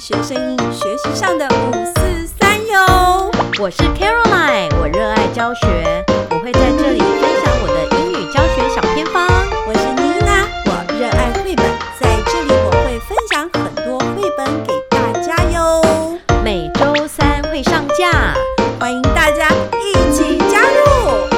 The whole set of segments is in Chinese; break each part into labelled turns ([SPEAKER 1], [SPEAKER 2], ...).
[SPEAKER 1] 学声英语学习上的五四三哟。
[SPEAKER 2] 我是 Caroline，我热爱教学，我会在这里分享我的英语教学小偏方。
[SPEAKER 1] 我是妮娜，我热爱绘本，在这里我会分享很多绘本给大家哟，
[SPEAKER 2] 每周三会上架。
[SPEAKER 1] 欢迎大家一起加入。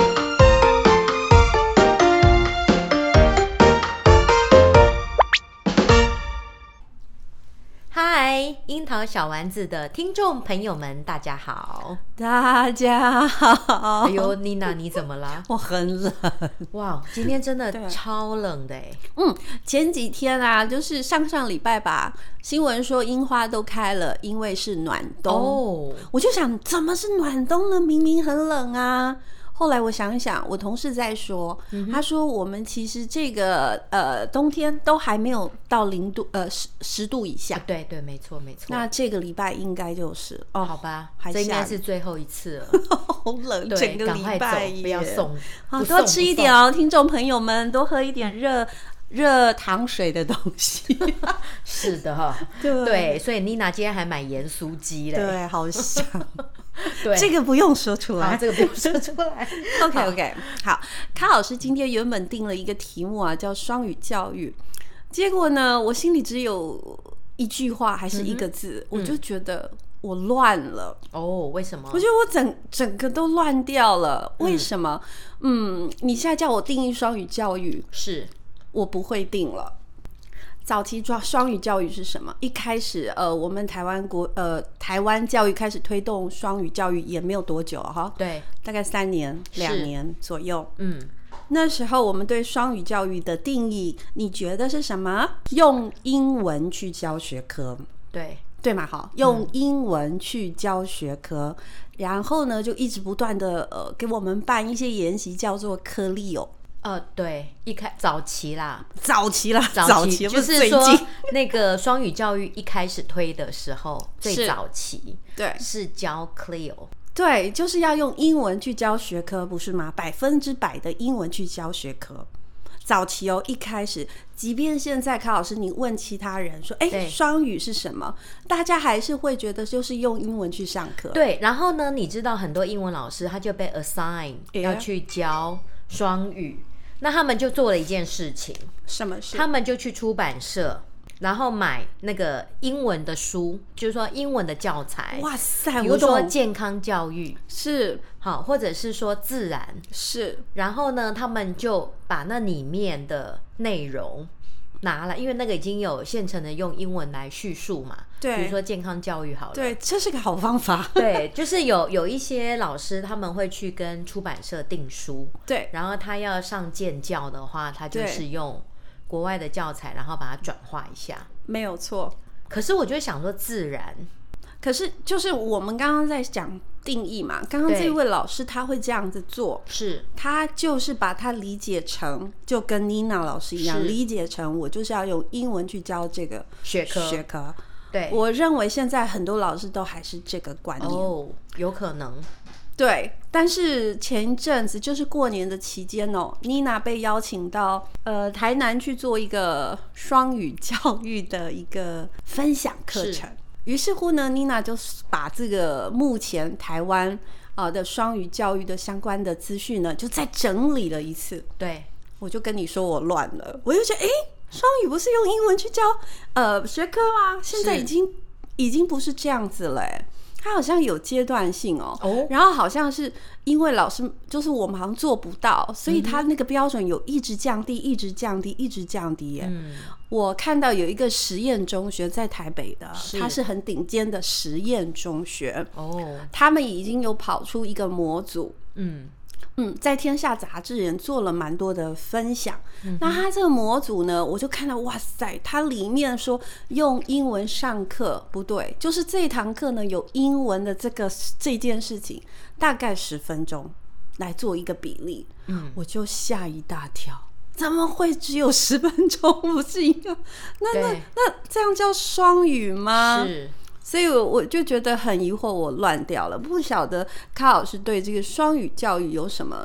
[SPEAKER 2] 嗨，樱桃小丸子的听众朋友们，大家好！
[SPEAKER 1] 大家好，？
[SPEAKER 2] 哎呦，妮娜，你怎么了
[SPEAKER 1] 我很冷。
[SPEAKER 2] 哇，今天真
[SPEAKER 1] 对
[SPEAKER 2] 的超冷的哎！
[SPEAKER 1] 嗯，前几天啊，就是上上礼拜吧，新闻说樱花都开了，因为是暖冬。
[SPEAKER 2] 哦，
[SPEAKER 1] 我就想，怎么是暖冬呢？明明很冷啊。后来我想一想，我同事在说，
[SPEAKER 2] 嗯
[SPEAKER 1] 他说我们其实这个呃冬天都还没有到零度呃十十度以下，
[SPEAKER 2] 对对，没错没错。
[SPEAKER 1] 那这个礼拜应该就是哦，
[SPEAKER 2] 好吧
[SPEAKER 1] 还，
[SPEAKER 2] 这应
[SPEAKER 1] 下
[SPEAKER 2] 该
[SPEAKER 1] 雨
[SPEAKER 2] 是最后一次 了。
[SPEAKER 1] 好冷，整
[SPEAKER 2] 对，
[SPEAKER 1] 个
[SPEAKER 2] 赶
[SPEAKER 1] 礼
[SPEAKER 2] 快
[SPEAKER 1] 拜
[SPEAKER 2] 走，不要
[SPEAKER 1] 耶
[SPEAKER 2] 送，
[SPEAKER 1] 啊，
[SPEAKER 2] 不
[SPEAKER 1] 多
[SPEAKER 2] 送
[SPEAKER 1] 吃一点。哦，听众朋友们，多喝一点热热糖水的东西，
[SPEAKER 2] 不送是的哈，
[SPEAKER 1] 对
[SPEAKER 2] 对，所以妮娜今天还买盐酥鸡嘞。
[SPEAKER 1] 对，好香，
[SPEAKER 2] 对，
[SPEAKER 1] 这个不用说出
[SPEAKER 2] 好，
[SPEAKER 1] 来，
[SPEAKER 2] 啊这个不用说出来。
[SPEAKER 1] OK OK，好， 卡老师今天原本定了一个题目啊，叫双语教育，结果呢，我心里只有一句话还是一个字，我就觉得我乱了，
[SPEAKER 2] 哦，为什么
[SPEAKER 1] 我？觉得我整整个都乱掉了。为什么？嗯，你现在叫我定义双语教育，
[SPEAKER 2] 是
[SPEAKER 1] 我不会定了。早期双双语教育是什么？一开始，呃，我们台湾国呃台湾教育开始推动双语教育也没有多久啊哈，
[SPEAKER 2] 对，
[SPEAKER 1] 大概三年
[SPEAKER 2] 是
[SPEAKER 1] 两年左右。
[SPEAKER 2] 嗯，
[SPEAKER 1] 那时候我们对双语教育的定义，你觉得是什么？用英文去教学科，
[SPEAKER 2] 对，
[SPEAKER 1] 对吗？好，
[SPEAKER 2] 嗯
[SPEAKER 1] 用英文去教学科，然后呢，就一直不断的呃给我们办一些研习，叫做颗粒哦，
[SPEAKER 2] 呃，对，一开早期啦，
[SPEAKER 1] 早期啦，
[SPEAKER 2] 早
[SPEAKER 1] 期不
[SPEAKER 2] 就是
[SPEAKER 1] 最
[SPEAKER 2] 是说
[SPEAKER 1] 近，
[SPEAKER 2] 那个双语教育一开始推的时候，
[SPEAKER 1] 是
[SPEAKER 2] 最早期
[SPEAKER 1] 对
[SPEAKER 2] 是教 Clio，
[SPEAKER 1] 对，就是要用英文去教学科，不是吗？百分之百的英文去教学科。早期哦，一开始，即便现在卡老师，你问其他人说，哎、
[SPEAKER 2] 对
[SPEAKER 1] 双语是什么？大家还是会觉得就是用英文去上课。
[SPEAKER 2] 对，然后呢，你知道很多英文老师他就被 assign
[SPEAKER 1] 哎
[SPEAKER 2] 要去教双语，那他们就做了一件事情，
[SPEAKER 1] 什么是？
[SPEAKER 2] 他们就去出版社，然后买那个英文的书，就是说英文的教材，
[SPEAKER 1] 哇塞，
[SPEAKER 2] 比
[SPEAKER 1] 我
[SPEAKER 2] 如说
[SPEAKER 1] 懂，
[SPEAKER 2] 健康教育，
[SPEAKER 1] 是
[SPEAKER 2] 好，或者是说自然，
[SPEAKER 1] 是，
[SPEAKER 2] 然后呢，他们就把那里面的内容拿来，因为那个已经有现成的用英文来叙述嘛，
[SPEAKER 1] 对
[SPEAKER 2] 比如说健康教育好了，
[SPEAKER 1] 对，这是个好方法。
[SPEAKER 2] 对， 就是有有一些老师他们会去跟出版社订书，
[SPEAKER 1] 对，
[SPEAKER 2] 然后他要上建教的话，他就
[SPEAKER 1] 对
[SPEAKER 2] 是用国外的教材，然后把它转化一下。
[SPEAKER 1] 没有错。
[SPEAKER 2] 可是我就想说自然，
[SPEAKER 1] 可是就是我们刚刚在讲定义嘛，刚刚
[SPEAKER 2] 对
[SPEAKER 1] 这位老师他会这样子做，
[SPEAKER 2] 是
[SPEAKER 1] 他就是把它理解成，就跟妮娜老师一样，
[SPEAKER 2] 是
[SPEAKER 1] 理解成我就是要用英文去教这个
[SPEAKER 2] 学科，
[SPEAKER 1] 学科。
[SPEAKER 2] 对，
[SPEAKER 1] 我认为现在很多老师都还是这个观念。
[SPEAKER 2] 哦，有可能，
[SPEAKER 1] 对，但是前一阵子就是过年的期间哦，妮娜被邀请到呃台南去做一个双语教育的一个分享课程。于是乎呢，妮娜就把这个目前台湾啊的双语教育的相关的资讯呢，就再整理了一次。
[SPEAKER 2] 对，
[SPEAKER 1] 我就跟你说我乱了，我就觉得诶，双语不是用英文去教呃学科吗？现在已经已经不是这样子了、诶它好像有阶段性哦、
[SPEAKER 2] 哦
[SPEAKER 1] 然后好像是因为老师就是我们好像做不到，所以它那个标准有一直降低，一直降低，一直降低耶、
[SPEAKER 2] 嗯，
[SPEAKER 1] 我看到有一个实验中学在台北的，
[SPEAKER 2] 是
[SPEAKER 1] 它是很顶尖的实验中学，
[SPEAKER 2] 哦，
[SPEAKER 1] 他们已经有跑出一个模组，
[SPEAKER 2] 嗯，
[SPEAKER 1] 嗯，在《天下》杂志也做了蛮多的分享。那他这个模组呢，我就看到，哇塞，它里面说用英文上课不对，就是这一堂课呢有英文的这个这件事情，大概十分钟来做一个比例，
[SPEAKER 2] 嗯，
[SPEAKER 1] 我就吓一大跳。怎么会只有十分钟？不是一个？那那
[SPEAKER 2] 对
[SPEAKER 1] 那这样叫双语吗？
[SPEAKER 2] 是。
[SPEAKER 1] 所以我，我就觉得很疑惑，我乱掉了，不晓得卡老师对这个双语教育有什么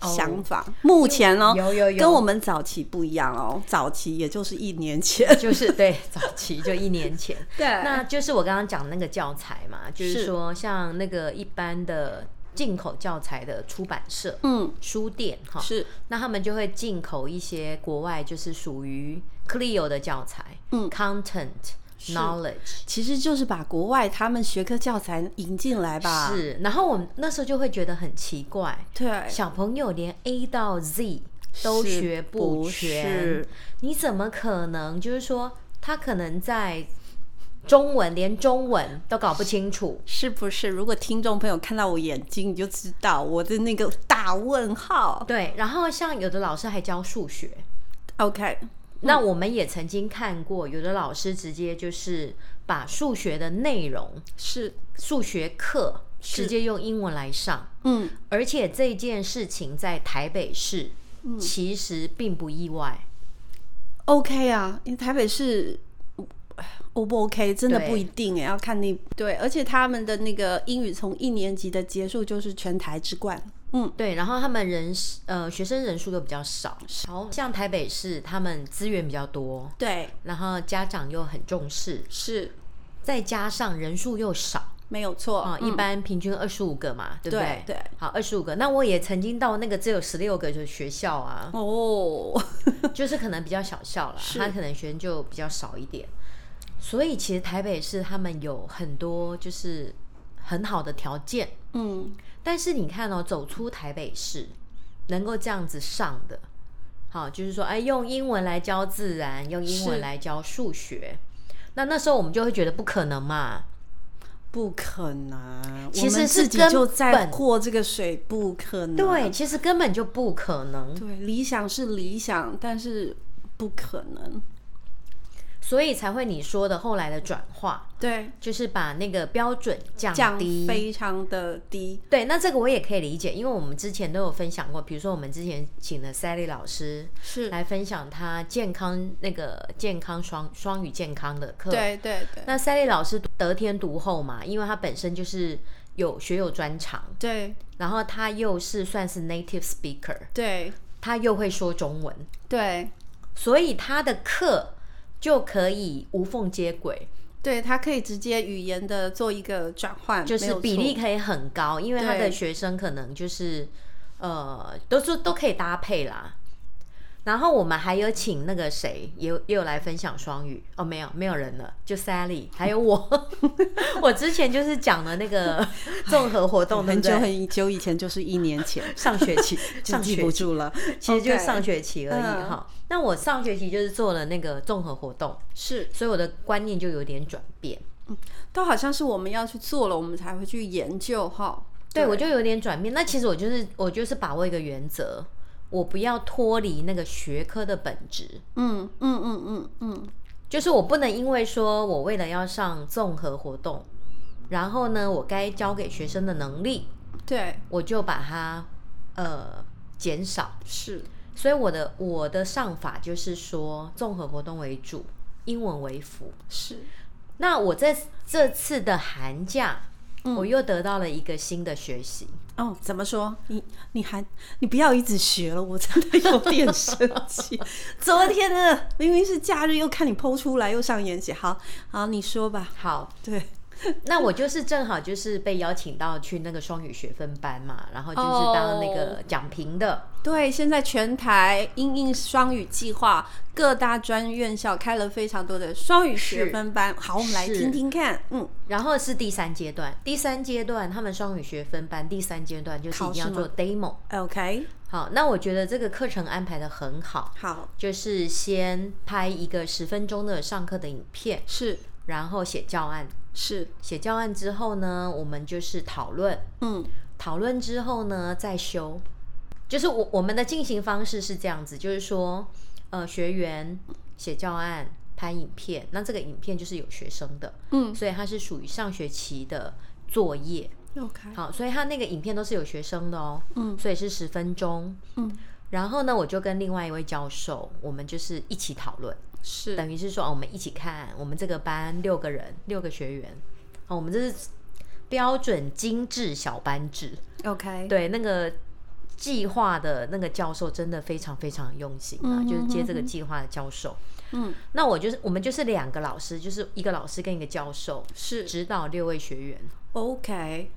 [SPEAKER 1] 想法。目前哦，
[SPEAKER 2] 有有有
[SPEAKER 1] 跟我们早期不一样哦，早期也就是一年前。
[SPEAKER 2] 就是对早期就一年前，
[SPEAKER 1] 对，
[SPEAKER 2] 那就是我刚刚讲的那个教材嘛，就是
[SPEAKER 1] 是
[SPEAKER 2] 说像那个一般的进口教材的出版社、
[SPEAKER 1] 嗯
[SPEAKER 2] 书店哈，
[SPEAKER 1] 是
[SPEAKER 2] 那他们就会进口一些国外就是属于 Clio 的教材，
[SPEAKER 1] 嗯
[SPEAKER 2] ，content knowledge
[SPEAKER 1] 其实就是把国外他们学科教材引进来吧。，
[SPEAKER 2] 是，然后我们那时候就会觉得很奇怪，
[SPEAKER 1] 对，
[SPEAKER 2] 小朋友连 A 到 Z 都
[SPEAKER 1] 是
[SPEAKER 2] 学不
[SPEAKER 1] 不
[SPEAKER 2] 全
[SPEAKER 1] 是，
[SPEAKER 2] 你怎么可能？就是说，他可能在中文连中文都搞不清楚。
[SPEAKER 1] 是不是？如果听众朋友看到我眼睛，你就知道我的那个大问号。
[SPEAKER 2] 对，然后像有的老师还教数学，
[SPEAKER 1] OK，
[SPEAKER 2] 那我们也曾经看过，有的老师直接就是把数学的内容、
[SPEAKER 1] 是，
[SPEAKER 2] 数学课直接用英文来上，
[SPEAKER 1] 嗯，
[SPEAKER 2] 而且这件事情在台北市
[SPEAKER 1] 嗯
[SPEAKER 2] 其实并不意外。
[SPEAKER 1] OK 啊，因为台北市 O 不 OK 真的不一定哎，要看你对，而且他们的那个英语从一年级的结束就是全台之冠，嗯，
[SPEAKER 2] 对，然后他们人呃学生人数又比较少，好像台北市他们资源比较多，
[SPEAKER 1] 对，
[SPEAKER 2] 然后家长又很重视，
[SPEAKER 1] 是
[SPEAKER 2] 再加上人数又少
[SPEAKER 1] 没有错
[SPEAKER 2] 啊，一般平均二十五个嘛，对不对？
[SPEAKER 1] 嗯对对
[SPEAKER 2] 好，二十五个。那我也曾经到那个只有十六个的学校啊，
[SPEAKER 1] 哦，
[SPEAKER 2] 就是可能比较小校啦，他可能学生就比较少一点，所以其实台北市他们有很多就是很好的条件，
[SPEAKER 1] 嗯，
[SPEAKER 2] 但是你看哦，走出台北市，能够这样子上的，好，就是说，哎，用英文来教自然，用英文
[SPEAKER 1] 是
[SPEAKER 2] 来教数学。那那时候我们就会觉得不可能嘛，
[SPEAKER 1] 不可能，
[SPEAKER 2] 其实
[SPEAKER 1] 我们
[SPEAKER 2] 是
[SPEAKER 1] 自己
[SPEAKER 2] 根
[SPEAKER 1] 就
[SPEAKER 2] 本
[SPEAKER 1] 在过这个水，不可能，
[SPEAKER 2] 对，其实根本就不可能，
[SPEAKER 1] 对，理想是理想，但是不可能，
[SPEAKER 2] 所以才会你说的后来的转化，
[SPEAKER 1] 对，
[SPEAKER 2] 就是把那个标准降
[SPEAKER 1] 降
[SPEAKER 2] 低。
[SPEAKER 1] 非常的低，
[SPEAKER 2] 对，那这个我也可以理解，因为我们之前都有分享过，比如说我们之前请了 Sally 老师
[SPEAKER 1] 是，
[SPEAKER 2] 来分享她健康那个健康双双语健康的课，
[SPEAKER 1] 对对对，
[SPEAKER 2] 那 Sally 老师得天独厚嘛，因为她本身就是有学有专长，
[SPEAKER 1] 对
[SPEAKER 2] 然后她又是算是 native speaker，
[SPEAKER 1] 对
[SPEAKER 2] 她又会说中文，
[SPEAKER 1] 对。
[SPEAKER 2] 所以她的课就可以无缝接轨，
[SPEAKER 1] 对，它可以直接语言的做一个转换，
[SPEAKER 2] 就
[SPEAKER 1] 没
[SPEAKER 2] 是
[SPEAKER 1] 有
[SPEAKER 2] 比
[SPEAKER 1] 错
[SPEAKER 2] 例可以很高，因为她的
[SPEAKER 1] 对
[SPEAKER 2] 学生可能就是呃，都是都可以搭配啦。然后我们还有请那个谁，也有也有来分享双语哦，没有没有人了，就 Sally 还有我， 我之前就是讲的那个 综合活动，对不
[SPEAKER 1] 很
[SPEAKER 2] 对，
[SPEAKER 1] 久？很久以前，就是一年 前
[SPEAKER 2] 上学期
[SPEAKER 1] 就
[SPEAKER 2] 上
[SPEAKER 1] 记
[SPEAKER 2] 学
[SPEAKER 1] 不
[SPEAKER 2] 期
[SPEAKER 1] 住了。
[SPEAKER 2] 其实就是
[SPEAKER 1] OK，
[SPEAKER 2] 上学期而已
[SPEAKER 1] 哦嗯
[SPEAKER 2] 哈。那我上学期就是做了那个综合活动，
[SPEAKER 1] 是
[SPEAKER 2] 所以我的观念就有点转变。
[SPEAKER 1] 都好像是我们要去做了，我们才会去研究哈。
[SPEAKER 2] 对，我就有点转变。那其实我就是我就是把握一个原则，我不要脱离那个学科的本质，
[SPEAKER 1] 嗯嗯嗯嗯嗯，
[SPEAKER 2] 就是我不能因为说我为了要上综合活动，然后呢，我该教给学生的能力，
[SPEAKER 1] 对，
[SPEAKER 2] 我就把它呃减少。
[SPEAKER 1] 是
[SPEAKER 2] 所以我的我的上法就是说，综合活动为主，英文为辅。
[SPEAKER 1] 是，
[SPEAKER 2] 那我这这次的寒假，我又得到了一个新的学习。
[SPEAKER 1] 哦，怎么说？你你还你不要一直学了，我真的有点生 气。昨天呢，明明是假日，又看你剖出来，又上演习。好好，你说吧。
[SPEAKER 2] 好，
[SPEAKER 1] 对，
[SPEAKER 2] 那
[SPEAKER 1] 嗯
[SPEAKER 2] 我就是正好就是被邀请到去那个双语学分班嘛，然后就是
[SPEAKER 1] 哦
[SPEAKER 2] 当那个讲评的。
[SPEAKER 1] 对，现在全台英英双语计划，各大专院校开了非常多的双语学分班。好，我们来
[SPEAKER 2] 是
[SPEAKER 1] 听听看。嗯，
[SPEAKER 2] 然后是第三阶段，第三阶段他们双语学分班第三阶段就是一定要
[SPEAKER 1] 考试吗
[SPEAKER 2] 做 demo。
[SPEAKER 1] OK，
[SPEAKER 2] 好，那我觉得这个课程安排的很好，
[SPEAKER 1] 好，
[SPEAKER 2] 就是先拍一个十分钟的上课的影片，
[SPEAKER 1] 是
[SPEAKER 2] 然后写教案。
[SPEAKER 1] 是，
[SPEAKER 2] 写教案之后呢，我们就是讨论，
[SPEAKER 1] 嗯，
[SPEAKER 2] 讨论之后呢再修。就是我我们的进行方式是这样子，就是说，呃，学员写教案、拍影片，那这个影片就是有学生的，
[SPEAKER 1] 嗯，
[SPEAKER 2] 所以它是属于上学期的作业。
[SPEAKER 1] ，OK，
[SPEAKER 2] 好，所以他那个影片都是有学生的哦，
[SPEAKER 1] 嗯
[SPEAKER 2] 所以是十分钟。
[SPEAKER 1] 嗯，
[SPEAKER 2] 然后呢，我就跟另外一位教授，我们就是一起讨论，
[SPEAKER 1] 是
[SPEAKER 2] 等于是说、哦我们一起看，我们这个班六个人，六个学员，哦，我们这是标准精致小班制，
[SPEAKER 1] OK，
[SPEAKER 2] 对，那个计划的那个教授真的非常非常用心啊，
[SPEAKER 1] 嗯
[SPEAKER 2] 就是接这个计划的教授。嗯，那我就是我们就是两个老师，就是一个老师跟一个教授，
[SPEAKER 1] 是
[SPEAKER 2] 指导六位学员，
[SPEAKER 1] OK，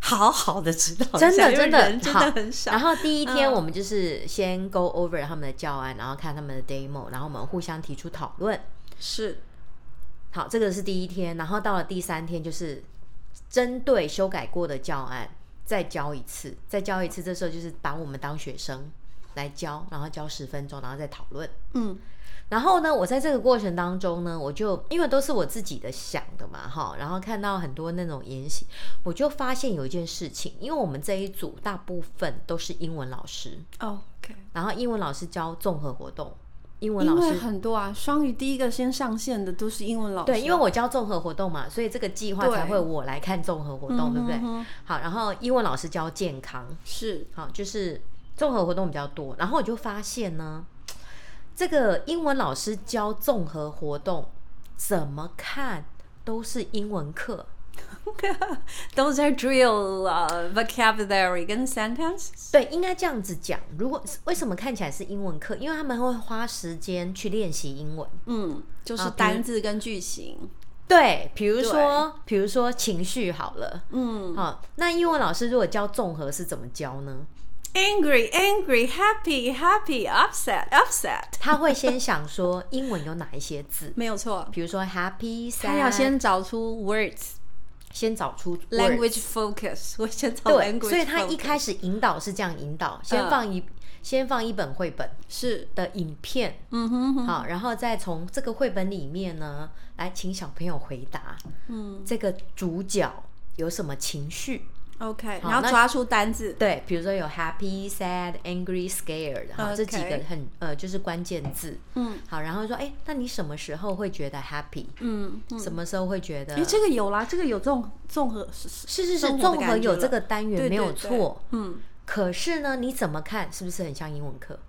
[SPEAKER 1] 好好的指导一下，
[SPEAKER 2] 真的
[SPEAKER 1] 因为
[SPEAKER 2] 真的
[SPEAKER 1] 哦人真的啊
[SPEAKER 2] 好
[SPEAKER 1] 很少。嗯
[SPEAKER 2] 然后第一天我们就是先 go over 他们的教案，然后看他们的 demo，然后我们互相提出讨论。
[SPEAKER 1] 是
[SPEAKER 2] 好，这个是第一天，然后到了第三天就是针对修改过的教案再教一次，再教一次。这时候就是把我们当学生来教，然后教十分钟，然后再讨论。
[SPEAKER 1] 嗯，
[SPEAKER 2] 然后呢，我在这个过程当中呢，我就因为都是我自己的想的嘛，哈，然后看到很多那种研习，我就发现有一件事情，因为我们这一组大部分都是英文老师，
[SPEAKER 1] OK，
[SPEAKER 2] 然后英文老师教综合活动，英文
[SPEAKER 1] 因
[SPEAKER 2] 老
[SPEAKER 1] 为
[SPEAKER 2] 师
[SPEAKER 1] 很多啊，双语第一个先上线的都哦是英文老师，
[SPEAKER 2] 对，因为我教综合活动嘛，所以这个计划
[SPEAKER 1] 对
[SPEAKER 2] 才会我来看综合活动，对不对？
[SPEAKER 1] 嗯哼
[SPEAKER 2] 好，然后英文老师教健康，
[SPEAKER 1] 是
[SPEAKER 2] 好，就是综合活动比较多。然后我就发现呢，这个英文老师教综合活动，怎么看都是英文课。
[SPEAKER 1] 都在 drill 啊、vocabulary 跟 sentence。
[SPEAKER 2] 对，应该这样子讲。如果为什么看起来是英文课？因为他们会花时间去练习英文。
[SPEAKER 1] 嗯，就是
[SPEAKER 2] 啊比
[SPEAKER 1] 单字跟句型。
[SPEAKER 2] 对，比如说，比如说情绪好了，
[SPEAKER 1] 嗯
[SPEAKER 2] 好，那英文老师如果教综合是怎么教呢？
[SPEAKER 1] ，angry angry happy happy upset upset，
[SPEAKER 2] 他会先想说英文有哪一些字，
[SPEAKER 1] 没有错。
[SPEAKER 2] 比如说 happy，sad,
[SPEAKER 1] 他要先找出 words
[SPEAKER 2] 先找出 word
[SPEAKER 1] language focus，我先找 language，嗯
[SPEAKER 2] 对，所以他一
[SPEAKER 1] focus
[SPEAKER 2] 开始引导是这样引导，先放一、先放一本绘本
[SPEAKER 1] 是
[SPEAKER 2] 的影片，
[SPEAKER 1] 嗯哼哼，
[SPEAKER 2] 好，然后再从这个绘本里面呢，来请小朋友回答
[SPEAKER 1] 嗯
[SPEAKER 2] 这个主角有什么情绪。
[SPEAKER 1] ，OK，
[SPEAKER 2] 好
[SPEAKER 1] 然后
[SPEAKER 2] 那
[SPEAKER 1] 抓出单字。
[SPEAKER 2] 对，比如说有 happy、sad、angry、scared，哈
[SPEAKER 1] OK
[SPEAKER 2] 这几个很呃就是关键字。
[SPEAKER 1] 嗯
[SPEAKER 2] 好，然后说，哎，那你什么时候会觉得 happy？、
[SPEAKER 1] 嗯，
[SPEAKER 2] 什么时候会觉得？
[SPEAKER 1] 哎，这个有啦，这个有综综合是是
[SPEAKER 2] 是是是，
[SPEAKER 1] 综合的
[SPEAKER 2] 综合
[SPEAKER 1] 感觉
[SPEAKER 2] 有
[SPEAKER 1] 了
[SPEAKER 2] 这个单元
[SPEAKER 1] 对
[SPEAKER 2] 没有
[SPEAKER 1] 对
[SPEAKER 2] 错。
[SPEAKER 1] 对嗯，
[SPEAKER 2] 可是呢，你怎么看？是不是很像英文课？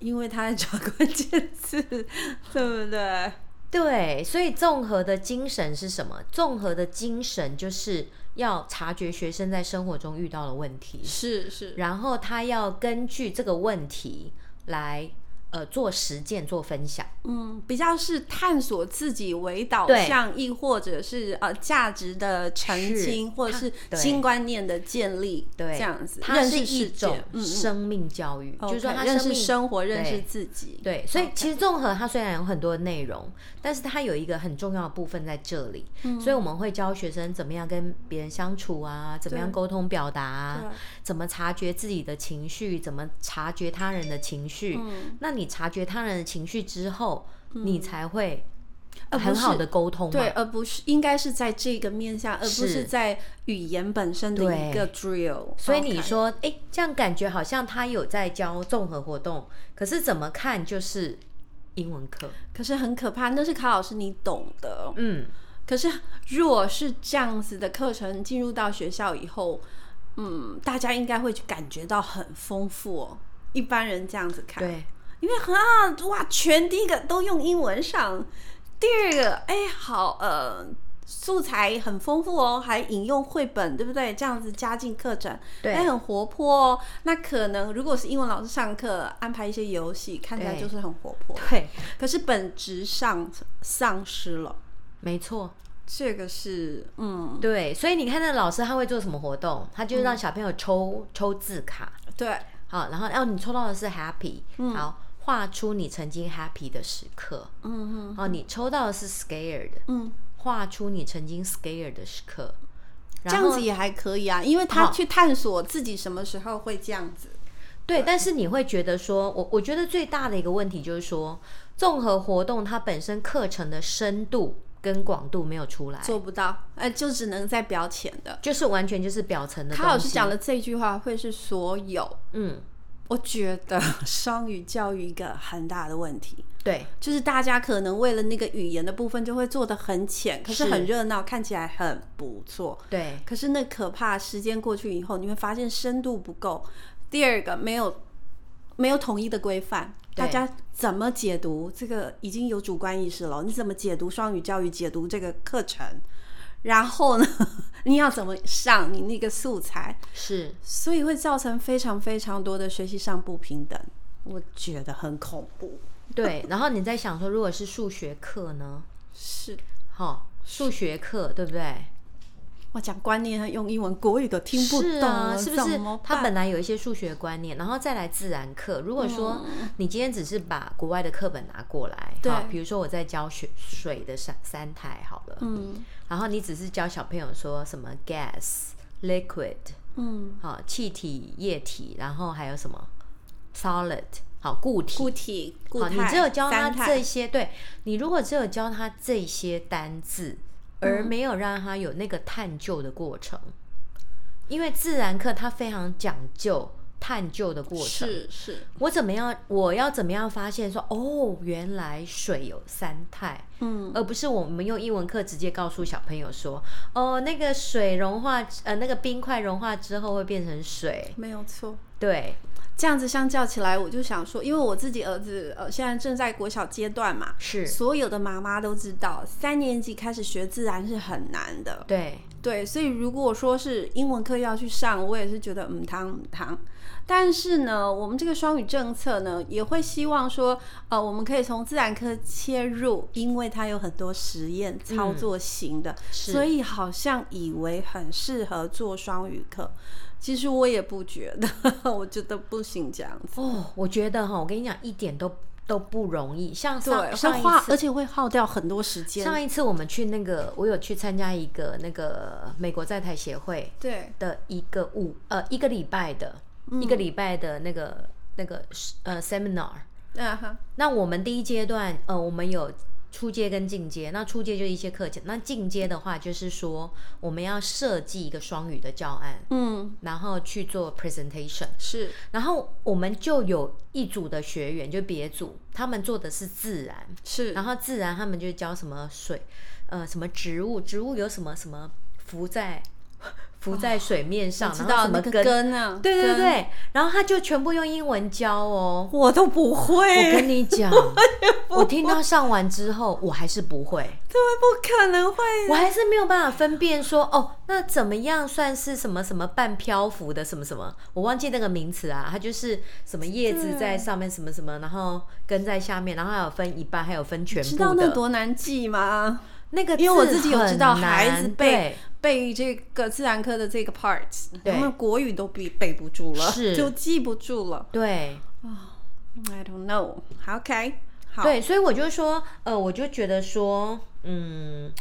[SPEAKER 1] 因为他在找关键字， 对不对？
[SPEAKER 2] 对，所以综合的精神是什么？综合的精神就是要察觉学生在生活中遇到的问题，
[SPEAKER 1] 是是，
[SPEAKER 2] 然后他要根据这个问题来呃做实践、做分享。
[SPEAKER 1] 嗯，比较是探索自己为导
[SPEAKER 2] 对
[SPEAKER 1] 向，亦或者是呃价值的澄
[SPEAKER 2] 是
[SPEAKER 1] 清，或者
[SPEAKER 2] 它
[SPEAKER 1] 是
[SPEAKER 2] 对
[SPEAKER 1] 新观念的建立，
[SPEAKER 2] 对，
[SPEAKER 1] 这样子，
[SPEAKER 2] 它
[SPEAKER 1] 认
[SPEAKER 2] 是
[SPEAKER 1] 识
[SPEAKER 2] 一
[SPEAKER 1] 世界
[SPEAKER 2] 种
[SPEAKER 1] 嗯嗯
[SPEAKER 2] 生命教育，就是说
[SPEAKER 1] OK，
[SPEAKER 2] 他
[SPEAKER 1] 认
[SPEAKER 2] 生
[SPEAKER 1] 识
[SPEAKER 2] 命
[SPEAKER 1] 生活，认识
[SPEAKER 2] 对
[SPEAKER 1] 自己，
[SPEAKER 2] 对，所以
[SPEAKER 1] OK
[SPEAKER 2] 其实综合它虽然有很多内容，但是它有一个很重要的部分在这里，
[SPEAKER 1] 嗯
[SPEAKER 2] 所以我们会教学生怎么样跟别人相处啊，怎么样
[SPEAKER 1] 对
[SPEAKER 2] 沟通表达、啊
[SPEAKER 1] 对，
[SPEAKER 2] 怎么察觉自己的情绪，怎么察觉他人的情绪。
[SPEAKER 1] 嗯
[SPEAKER 2] 那你察觉他人的情绪之后，你才会
[SPEAKER 1] 而嗯呃不
[SPEAKER 2] 很好
[SPEAKER 1] 是
[SPEAKER 2] 的沟通嘛。
[SPEAKER 1] 对，而不是应该是在这个面向，而不是
[SPEAKER 2] 啊是
[SPEAKER 1] 在语言本身的一
[SPEAKER 2] 对
[SPEAKER 1] 个 drill。
[SPEAKER 2] 所以你说，哎、这样感觉好像他有在教综合活动，可是怎么看就是英文课。
[SPEAKER 1] 可是很可怕，那是卡老师你懂的。
[SPEAKER 2] 嗯，
[SPEAKER 1] 可是如果是这样子的课程进入到学校以后，嗯，大家应该会去感觉到很丰富哦。一般人这样子看，
[SPEAKER 2] 对。
[SPEAKER 1] 因为很啊，哇，全第一个都用英文上，第二个哎好呃。素材很丰富哦，还引用绘本，对不对？这样子加进课程，
[SPEAKER 2] 对
[SPEAKER 1] 哎，很活泼哦。那可能如果是英文老师上课，安排一些游戏，看起来
[SPEAKER 2] 对
[SPEAKER 1] 就是很活泼。
[SPEAKER 2] 对，
[SPEAKER 1] 可是本质上丧失了，
[SPEAKER 2] 没错。
[SPEAKER 1] 这个是嗯，
[SPEAKER 2] 对，所以你看那老师他会做什么活动？他就让小朋友抽、抽字卡，
[SPEAKER 1] 对，
[SPEAKER 2] 好，然后哦你抽到的是 happy，、
[SPEAKER 1] 嗯
[SPEAKER 2] 好，画出你曾经 happy 的时刻。
[SPEAKER 1] 嗯嗯
[SPEAKER 2] 哦，你抽到的是 scared，
[SPEAKER 1] 嗯，
[SPEAKER 2] 画出你曾经 scared 的时刻。
[SPEAKER 1] 这
[SPEAKER 2] 然
[SPEAKER 1] 样
[SPEAKER 2] 后哦
[SPEAKER 1] 子也还可以啊，因为他
[SPEAKER 2] 好
[SPEAKER 1] 去探索自己什么时候会这样子。
[SPEAKER 2] 对，但是你会觉得说，我我觉得最大的一个问题就是说，综合活动它本身课程的深度跟广度没有出来，
[SPEAKER 1] 做不到，呃，就只能在表浅的。
[SPEAKER 2] 就是完全就是表层的东
[SPEAKER 1] 卡
[SPEAKER 2] 西。
[SPEAKER 1] 老师讲的这句话会是所有，
[SPEAKER 2] 嗯，
[SPEAKER 1] 我觉得 双语教育一个很大的问题，
[SPEAKER 2] 对，
[SPEAKER 1] 就是大家可能为了那个语言的部分就会做的很浅，可是
[SPEAKER 2] 是
[SPEAKER 1] 很热闹，看起来很不错，
[SPEAKER 2] 对，
[SPEAKER 1] 可是那可怕，时间过去以后，你会发现深度不够。第二个，没有没有统一的规范，大
[SPEAKER 2] 对
[SPEAKER 1] 家怎么解读这个已经有主观意识了？你怎么解读双语教育？解读这个课程？然后呢， 你要怎么上你那个素材，
[SPEAKER 2] 是
[SPEAKER 1] 所以会造成非常非常多的学习上不平等，我觉得很恐怖。
[SPEAKER 2] 对。然后你在想说，如果是数学课呢？
[SPEAKER 1] 是
[SPEAKER 2] 哈、数学课对不对？
[SPEAKER 1] 我讲观念，他用英文、国语都听不
[SPEAKER 2] 是
[SPEAKER 1] 懂
[SPEAKER 2] 啊，
[SPEAKER 1] 了，
[SPEAKER 2] 是不
[SPEAKER 1] 怎
[SPEAKER 2] 是
[SPEAKER 1] 么？
[SPEAKER 2] 他
[SPEAKER 1] 办
[SPEAKER 2] 本来有一些数学观念，然后再来自然课。如果说你今天只是把国外的课本拿过来，
[SPEAKER 1] 嗯对
[SPEAKER 2] 哈比如说我在教水水的三三台好了，
[SPEAKER 1] 嗯
[SPEAKER 2] 然后你只是教小朋友说什么 gas、liquid，
[SPEAKER 1] 嗯，
[SPEAKER 2] 好气体、液体，然后还有什么 solid，好固体。
[SPEAKER 1] 固体、固
[SPEAKER 2] 好，
[SPEAKER 1] 态，
[SPEAKER 2] 你只有教他
[SPEAKER 1] 三态
[SPEAKER 2] 这些，对你如果只有教他这些单字，
[SPEAKER 1] 嗯
[SPEAKER 2] 而没有让他有那个探究的过程，因为自然课它非常讲究探究的过程。
[SPEAKER 1] 是是，
[SPEAKER 2] 我怎么样？我要怎么样发现说哦，原来水有三态，
[SPEAKER 1] 嗯，
[SPEAKER 2] 而不是我们用英文课直接告诉小朋友说哦，那个水融化，呃，那个冰块融化之后会变成水。
[SPEAKER 1] 没有错。
[SPEAKER 2] 对，
[SPEAKER 1] 这样子相较起来，我就想说，因为我自己儿子呃现在正在国小阶段嘛，
[SPEAKER 2] 是，
[SPEAKER 1] 所有的妈妈都知道，三年级开始学自然是很难的。
[SPEAKER 2] 对，
[SPEAKER 1] 对，所以如果说是英文课要去上，我也是觉得嗯堂嗯堂。但是呢，我们这个双语政策呢，也会希望说，呃，我们可以从自然科切入，因为它有很多实验操作型的，
[SPEAKER 2] 嗯是
[SPEAKER 1] 所以好像以为很适合做双语课。其实我也不觉得， 我觉得不行这样子。
[SPEAKER 2] 哦，我觉得哈，我跟你讲，一点都都不容易。像上
[SPEAKER 1] 对，
[SPEAKER 2] 上
[SPEAKER 1] 会
[SPEAKER 2] 一
[SPEAKER 1] 花，
[SPEAKER 2] 次，
[SPEAKER 1] 而且会耗掉很多时间。
[SPEAKER 2] 上一次我们去那个，我有去参加一个那个美国在台协会
[SPEAKER 1] 对，
[SPEAKER 2] 的一个五呃一个礼拜的、一个礼拜的那个那个呃 seminar。
[SPEAKER 1] 嗯哼，
[SPEAKER 2] 那我们第一阶段呃，我们有。初阶跟进阶，那初阶就一些课程，那进阶的话就是说我们要设计一个双语的教案，
[SPEAKER 1] 嗯，
[SPEAKER 2] 然后去做 presentation。
[SPEAKER 1] 是，
[SPEAKER 2] 然后我们就有一组的学员，就别组，他们做的是自然，
[SPEAKER 1] 是，
[SPEAKER 2] 然后自然他们就教什么水，呃，什么植物，植物有什么什么浮在 浮在水面上，
[SPEAKER 1] 哦知
[SPEAKER 2] 然后
[SPEAKER 1] 道
[SPEAKER 2] 什么
[SPEAKER 1] 那
[SPEAKER 2] 根，
[SPEAKER 1] 个根啊，
[SPEAKER 2] 对对
[SPEAKER 1] 根，
[SPEAKER 2] 对，然后他就全部用英文教哦。
[SPEAKER 1] 我都不
[SPEAKER 2] 我
[SPEAKER 1] 会，
[SPEAKER 2] 跟你讲，我听到上完之后，我还是不会，
[SPEAKER 1] 怎么不可能会？
[SPEAKER 2] 我还是没有办法分辨说，哦，那怎么样算是什么什么半漂浮的什么什么？我忘记那个名词啊，它就是什么叶子在上面什么什么，然后根在下面，然后还有分一半，还有分全
[SPEAKER 1] 知
[SPEAKER 2] 部
[SPEAKER 1] 道那
[SPEAKER 2] 的。
[SPEAKER 1] 多难记吗？
[SPEAKER 2] 那个
[SPEAKER 1] 因为我
[SPEAKER 2] 字
[SPEAKER 1] 自己有
[SPEAKER 2] 很
[SPEAKER 1] 知道
[SPEAKER 2] 难
[SPEAKER 1] 孩子背
[SPEAKER 2] 对
[SPEAKER 1] 背这个自然科的这个 part，
[SPEAKER 2] 对
[SPEAKER 1] 他们国语都背背不住了，
[SPEAKER 2] 是
[SPEAKER 1] 就记不住了。
[SPEAKER 2] 对
[SPEAKER 1] I don't know. OK，好，
[SPEAKER 2] 对，所以我就说，呃，我就觉得说，嗯，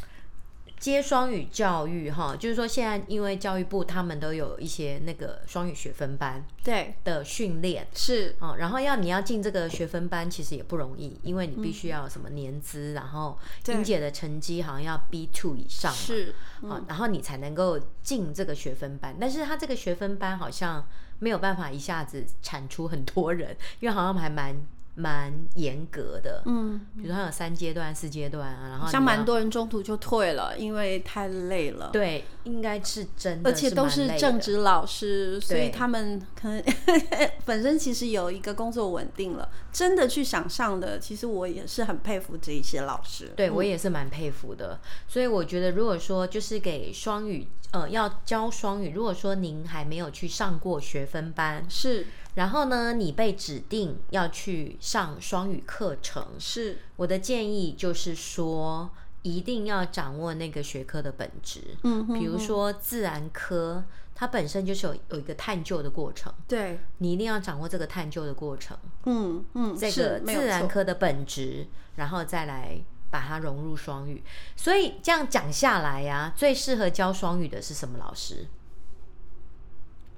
[SPEAKER 2] 接双语教育哈，就是说现在因为教育部他们都有一些那个双语学分班
[SPEAKER 1] 对
[SPEAKER 2] 的训练，
[SPEAKER 1] 是，
[SPEAKER 2] 哦，然后要你要进这个学分班，其实也不容易，因为你必须要有什么年资，然后
[SPEAKER 1] 对
[SPEAKER 2] 英姐的成绩好像要 B two 以上嘛，
[SPEAKER 1] 是，
[SPEAKER 2] 好、然后你才能够进这个学分班。但是他这个学分班好像没有办法一下子产出很多人，因为好像还蛮蛮严格的，
[SPEAKER 1] 嗯，
[SPEAKER 2] 比如说它有三阶段、四阶段啊，然后
[SPEAKER 1] 像
[SPEAKER 2] 你要
[SPEAKER 1] 蛮多人中途就退了，因为太累了。
[SPEAKER 2] 对，应该是真的，
[SPEAKER 1] 而且都是正。职老师，所以他们可能 本身其实有一个工作稳定了，真的去想上的，其实我也是很佩服这一些老师。
[SPEAKER 2] 对我也是蛮佩服的。所以我觉得，如果说就是给双语，呃，要教双语，如果说您还没有去上过学分班，
[SPEAKER 1] 是
[SPEAKER 2] 然后呢，你被指定要去上双语课程，
[SPEAKER 1] 是，
[SPEAKER 2] 我的建议就是说，一定要掌握那个学科的本质。
[SPEAKER 1] 嗯
[SPEAKER 2] 比如说自然科，它本身就是有有一个探究的过程，
[SPEAKER 1] 对，
[SPEAKER 2] 你一定要掌握这个探究的过程。
[SPEAKER 1] 嗯嗯，
[SPEAKER 2] 这
[SPEAKER 1] 是
[SPEAKER 2] 个
[SPEAKER 1] 没有
[SPEAKER 2] 自然
[SPEAKER 1] 错
[SPEAKER 2] 科的本质，然后再来把它融入双语。所以这样讲下来呀、最适合教双语的是什么老师？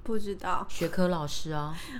[SPEAKER 1] 不知道。
[SPEAKER 2] 学科老师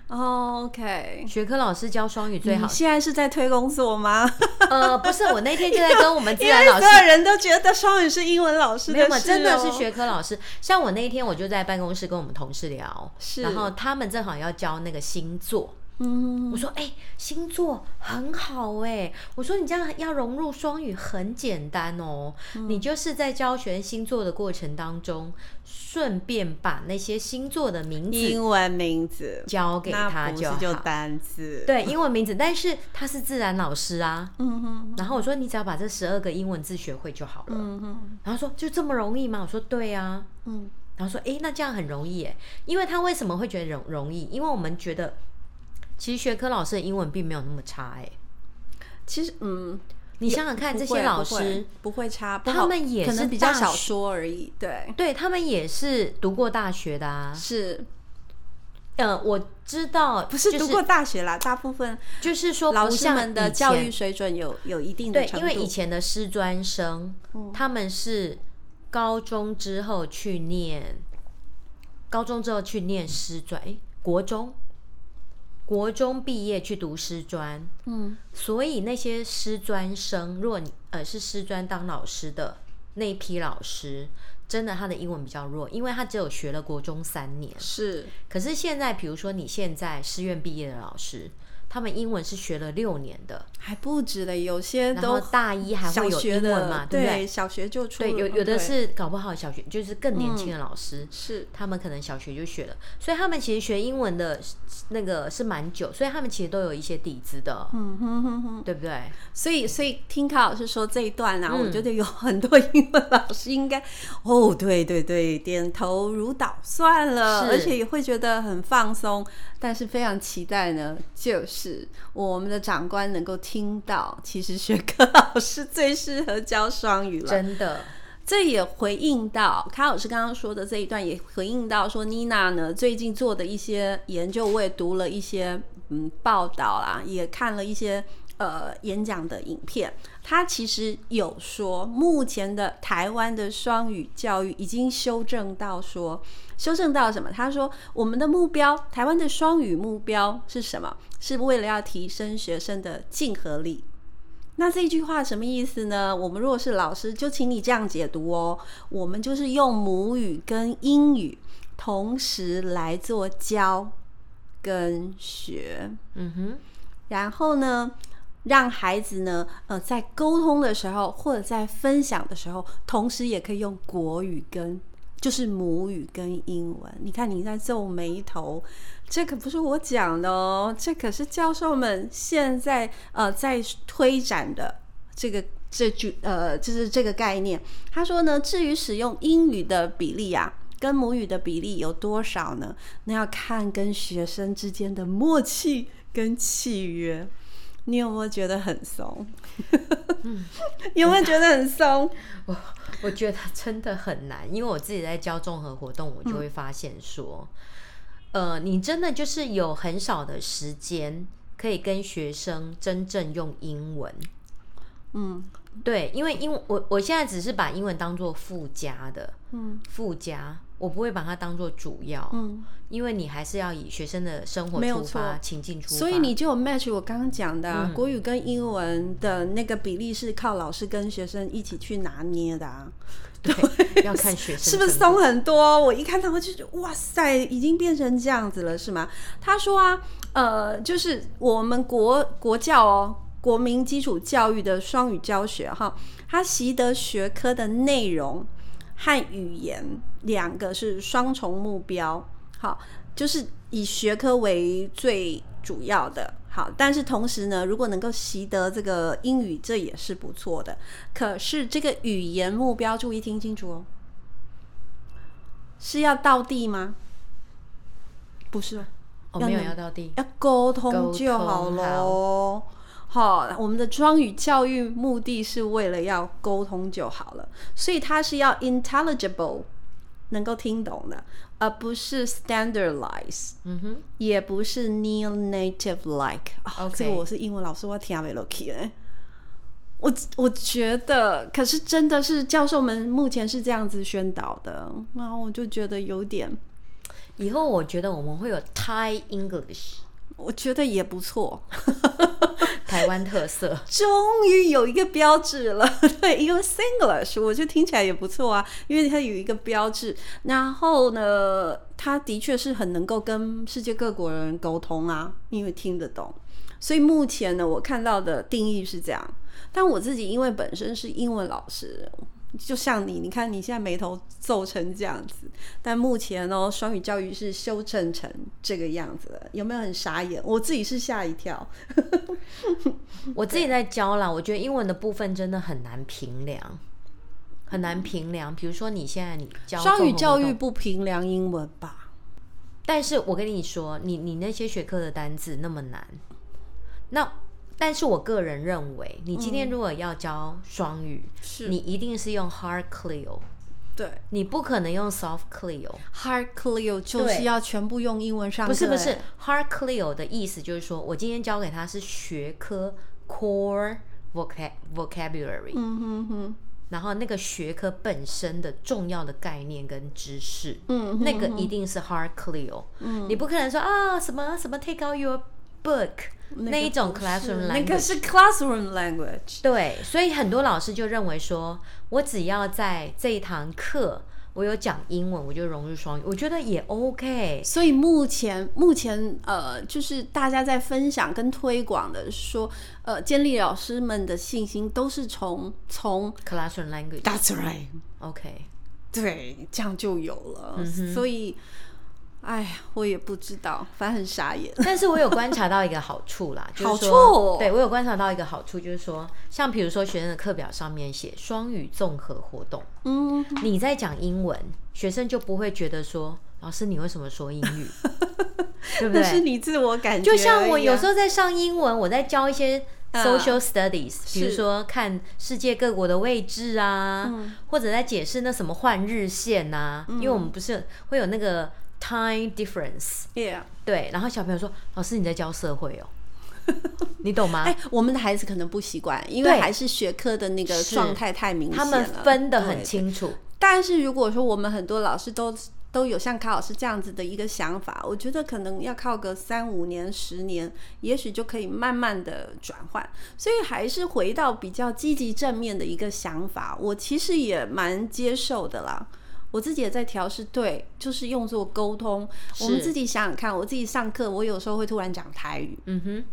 [SPEAKER 2] 哦，
[SPEAKER 1] OK，
[SPEAKER 2] 学科老师教双语最
[SPEAKER 1] 你
[SPEAKER 2] 好。
[SPEAKER 1] 现在是在推工作 吗？
[SPEAKER 2] 呃，不是，我那天就在跟 我们自
[SPEAKER 1] 因
[SPEAKER 2] 然
[SPEAKER 1] 为
[SPEAKER 2] 啊老
[SPEAKER 1] 所
[SPEAKER 2] 师。
[SPEAKER 1] 有人都觉得双语是英文老师
[SPEAKER 2] 没有
[SPEAKER 1] 的
[SPEAKER 2] 嘛，
[SPEAKER 1] 事、哦
[SPEAKER 2] 真的是。学科老师。像我那一天，我就在办公室跟我们同事聊，
[SPEAKER 1] 是
[SPEAKER 2] 然后他们正好要教那个星座，
[SPEAKER 1] 嗯，
[SPEAKER 2] 我说：“哎、星座很好哎、我说：“你这样要融入双语很简单哦，
[SPEAKER 1] 嗯
[SPEAKER 2] 你就是在教学星座的过程当中，顺便把那些星座的名字
[SPEAKER 1] 英文名字
[SPEAKER 2] 交给他
[SPEAKER 1] 那不
[SPEAKER 2] 就是好。
[SPEAKER 1] 就单字，，
[SPEAKER 2] 对，英文名字，但是他是自然老师啊。
[SPEAKER 1] 嗯哼，
[SPEAKER 2] 然后我说：“你只要把这十二个英文字学会就好了。
[SPEAKER 1] 嗯哼，
[SPEAKER 2] 然后说：“就这么容易吗？”我说：“对啊。”
[SPEAKER 1] 嗯
[SPEAKER 2] 然后说，哎诶，那这样很容易诶，因为他为什么会觉得容容易？因为我们觉得，其实学科老师的英文并没有那么差哎诶。
[SPEAKER 1] 其实嗯，
[SPEAKER 2] 你想想看，这
[SPEAKER 1] 不会
[SPEAKER 2] 些老
[SPEAKER 1] 不会
[SPEAKER 2] 师，
[SPEAKER 1] 不会差，不
[SPEAKER 2] 他
[SPEAKER 1] 好
[SPEAKER 2] 们也
[SPEAKER 1] 可
[SPEAKER 2] 是
[SPEAKER 1] 能比较
[SPEAKER 2] 大
[SPEAKER 1] 少
[SPEAKER 2] 学啊
[SPEAKER 1] 说而已，对，
[SPEAKER 2] 对他们也是读过大学的啊。
[SPEAKER 1] 是
[SPEAKER 2] 呃，我知道，
[SPEAKER 1] 不是
[SPEAKER 2] 就
[SPEAKER 1] 读过大学啦？大部分
[SPEAKER 2] 就是说不
[SPEAKER 1] 老师
[SPEAKER 2] 像
[SPEAKER 1] 们
[SPEAKER 2] 以
[SPEAKER 1] 的教
[SPEAKER 2] 前
[SPEAKER 1] 育水准有有一定的
[SPEAKER 2] 对，
[SPEAKER 1] 程
[SPEAKER 2] 因
[SPEAKER 1] 度，嗯
[SPEAKER 2] 为以前的师专生，他们是高中之后去念，高中之后去念师专，诶，国中，国中毕业去读师专，
[SPEAKER 1] 嗯
[SPEAKER 2] 所以那些师专生，如果你呃是师专当老师的那一批老师，真的他的英文比较弱，因为他只有学了国中三年。
[SPEAKER 1] 是
[SPEAKER 2] 可是现在，比如说你现在师院毕业的老师，他们英文是学了六年的，
[SPEAKER 1] 还不止的，有些
[SPEAKER 2] 然后
[SPEAKER 1] 都
[SPEAKER 2] 大一还
[SPEAKER 1] 小
[SPEAKER 2] 会有
[SPEAKER 1] 学
[SPEAKER 2] 英文
[SPEAKER 1] 的
[SPEAKER 2] 嘛，
[SPEAKER 1] 对
[SPEAKER 2] 不对？
[SPEAKER 1] 小学就出
[SPEAKER 2] 对，有有的
[SPEAKER 1] 对嗯
[SPEAKER 2] 是搞不好小学就是更年轻的老师，
[SPEAKER 1] 是
[SPEAKER 2] 他们可能小学就学了，所以他们其实学英文的那个是蛮久，所以他们其实都有一些底子的，
[SPEAKER 1] 嗯哼哼哼。
[SPEAKER 2] 对不对？
[SPEAKER 1] 所以，所以听卡老师说这一段啊，我觉得有很多 英文老师应该，哦，对对对，点头如捣蒜了，
[SPEAKER 2] 是
[SPEAKER 1] 而且也会觉得很放松。但是非常期待呢，就是我们的长官能够听到，其实学科老师最适合教双语了。
[SPEAKER 2] 真的，
[SPEAKER 1] 这也回应到卡老师刚刚说的这一段，也回应到说妮娜呢最近做的一些研究，我也读了一些嗯报道啦，也看了一些呃演讲的影片。她其实有说，目前的台湾的双语教育已经修正到说，修正到什么？他说，我们的目标，台湾的双语目标是什么？是为了要提升学生的竞合力。那这句话什么意思呢？我们如果是老师，就请你这样解读哦。我们就是用母语跟英语同时来做教跟学，
[SPEAKER 2] 嗯哼，
[SPEAKER 1] 然后呢，让孩子呢，呃，在沟通的时候或者在分享的时候，同时也可以用国语跟就是母语跟英文。你看你在皱眉头，这可不是我讲的哦，这可是教授们现在呃在推展的这个。这句呃，就是这个概念。他说呢，至于使用英语的比例啊，跟母语的比例有多少呢？那要看跟学生之间的默契跟契约。你有没有觉得很松？嗯 有没有觉得很松？
[SPEAKER 2] 我 我觉得真的很难，因为我自己在教综合活动，我
[SPEAKER 1] 嗯
[SPEAKER 2] 就会发现说，呃，你真的就是有很少的时间可以跟学生真正用英文。
[SPEAKER 1] 嗯
[SPEAKER 2] 对，因为英我我现在只是把英文当做附加的，
[SPEAKER 1] 嗯
[SPEAKER 2] 附加，我不会把它当做主要，
[SPEAKER 1] 嗯，
[SPEAKER 2] 因为你还是要以学生的生活
[SPEAKER 1] 没有
[SPEAKER 2] 出发、
[SPEAKER 1] 错
[SPEAKER 2] 情境出发。
[SPEAKER 1] 所以你就有 match 我刚刚讲的、啊
[SPEAKER 2] 嗯
[SPEAKER 1] 国语跟英文的那个比例是靠老师跟学生一起去拿捏的啊，
[SPEAKER 2] 对 要看学生
[SPEAKER 1] 是不是
[SPEAKER 2] 程度
[SPEAKER 1] 松很多？我一看到我就觉得哇塞，已经变成这样子了，是吗？他说啊，呃，就是我们国国教哦，国民基础教育的双语教学哈，它习得学科的内容和语言两个是双重目标，好，就是以学科为最主要的。好，但是同时呢，如果能够习得这个英语，这也是不错的。可是这个语言目标，注意听清楚哦，是要到地吗？不是哦，
[SPEAKER 2] 哦，没有要到地，
[SPEAKER 1] 要沟通
[SPEAKER 2] 沟
[SPEAKER 1] 就好
[SPEAKER 2] 通
[SPEAKER 1] 喽。好，我们的双语教育目的是为了要沟通就好了，所以它是要 intelligible，能够听懂的，而不是 standardize，
[SPEAKER 2] 嗯哼，
[SPEAKER 1] 也不是 neo native like、啊
[SPEAKER 2] OK
[SPEAKER 1] 这个我是英文老师，我听不落去嘞。我我觉得，可是真的是教授们目前是这样子宣导的，然后我就觉得有点，
[SPEAKER 2] 以后我觉得我们会有 Thai English，
[SPEAKER 1] 我觉得也不错。
[SPEAKER 2] 台湾特色。
[SPEAKER 1] 终于有一个标志了， 对，因为 Singlish 我就听起来也不错啊，因为它有一个标志。然后呢，它的确是很能够跟世界各国人沟通啊，因为听得懂。所以目前呢，我看到的定义是这样。但我自己因为本身是英文老师，就像你，你看你现在眉头皱成这样子，但目前哦，双语教育是修正成这个样子了，有没有很傻眼？我自己是吓一跳。
[SPEAKER 2] 我自己在教啦，我觉得英文的部分真的很难评量，很难评量。比如说你现在你教
[SPEAKER 1] 双语
[SPEAKER 2] 中
[SPEAKER 1] 教
[SPEAKER 2] 文
[SPEAKER 1] 育
[SPEAKER 2] 动，
[SPEAKER 1] 不平量英文吧？
[SPEAKER 2] 但是我跟你说，你你那些学科的单字那么难，那但是我个人认为，你今天如果要教双语，
[SPEAKER 1] 嗯是
[SPEAKER 2] 你一定是用 hard clear，
[SPEAKER 1] 对
[SPEAKER 2] 你不可能用 soft clear。
[SPEAKER 1] ，Hard Clear 就是
[SPEAKER 2] 对
[SPEAKER 1] 要全部用英文上课、
[SPEAKER 2] 不是不是
[SPEAKER 1] 哎
[SPEAKER 2] ，hard clear 的意思就是说我今天教给他是学科 core vocab vocabulary，、
[SPEAKER 1] 嗯哼哼，
[SPEAKER 2] 然后那个学科本身的重要的概念跟知识，
[SPEAKER 1] 嗯
[SPEAKER 2] 那个一定是 hard clear，、你哦不可能说啊什么什么 take out your book 那一种 classroom
[SPEAKER 1] 那
[SPEAKER 2] language，
[SPEAKER 1] 个是 classroom language。
[SPEAKER 2] 对，所以很多老师就认为说，我只要在这一堂课我有讲英文，我就融入双语，我觉得也 OK，
[SPEAKER 1] 所以目前目前呃，就是大家在分享跟推广的说，呃，监理老师们的信心都是从从
[SPEAKER 2] classroom language
[SPEAKER 1] That's right，
[SPEAKER 2] OK。
[SPEAKER 1] 对，这样就有了。
[SPEAKER 2] 嗯
[SPEAKER 1] 所以，哎呀，我也不知道，反正很傻眼。
[SPEAKER 2] 但是我有观察到一个好处 啦，就是
[SPEAKER 1] 好处
[SPEAKER 2] 说
[SPEAKER 1] 哦
[SPEAKER 2] 对我有观察到一个好处，就是说，像比如说学生的课表上面写双语综合活动，
[SPEAKER 1] 嗯，
[SPEAKER 2] 你在讲英文，学生就不会觉得说，老师你为什么说英 语，对不
[SPEAKER 1] 那是
[SPEAKER 2] 对？
[SPEAKER 1] 你自我感觉、啊
[SPEAKER 2] 就像我有时
[SPEAKER 1] 候，
[SPEAKER 2] 候在上英文，我在教一些 social studies，、比如说看世界各国的位置啊，或者在解释那什么换日线呐、因为我们不是会有那个 time difference。
[SPEAKER 1] yeah，
[SPEAKER 2] 对，然后小朋友说：“老师，你在教社会 哦，你懂吗？”
[SPEAKER 1] 哎、我们的孩子可能不习惯，因为
[SPEAKER 2] 对
[SPEAKER 1] 还是学科的那个
[SPEAKER 2] 是
[SPEAKER 1] 状态太明显
[SPEAKER 2] 他
[SPEAKER 1] 了，
[SPEAKER 2] 们分得
[SPEAKER 1] 对
[SPEAKER 2] 很清楚。
[SPEAKER 1] 但是如果说我们很多老师都都有像卡老师这样子的一个想法，我觉得可能要靠个三五年、十年，也许就可以慢慢的转换。所以还是回到比较积极正面的一个想法，我其实也蛮接受的啦。我自己也在调试，对，就是用作沟通。我们自己想想看，我自己上课，我有时候会突然讲台语，
[SPEAKER 2] 嗯哼，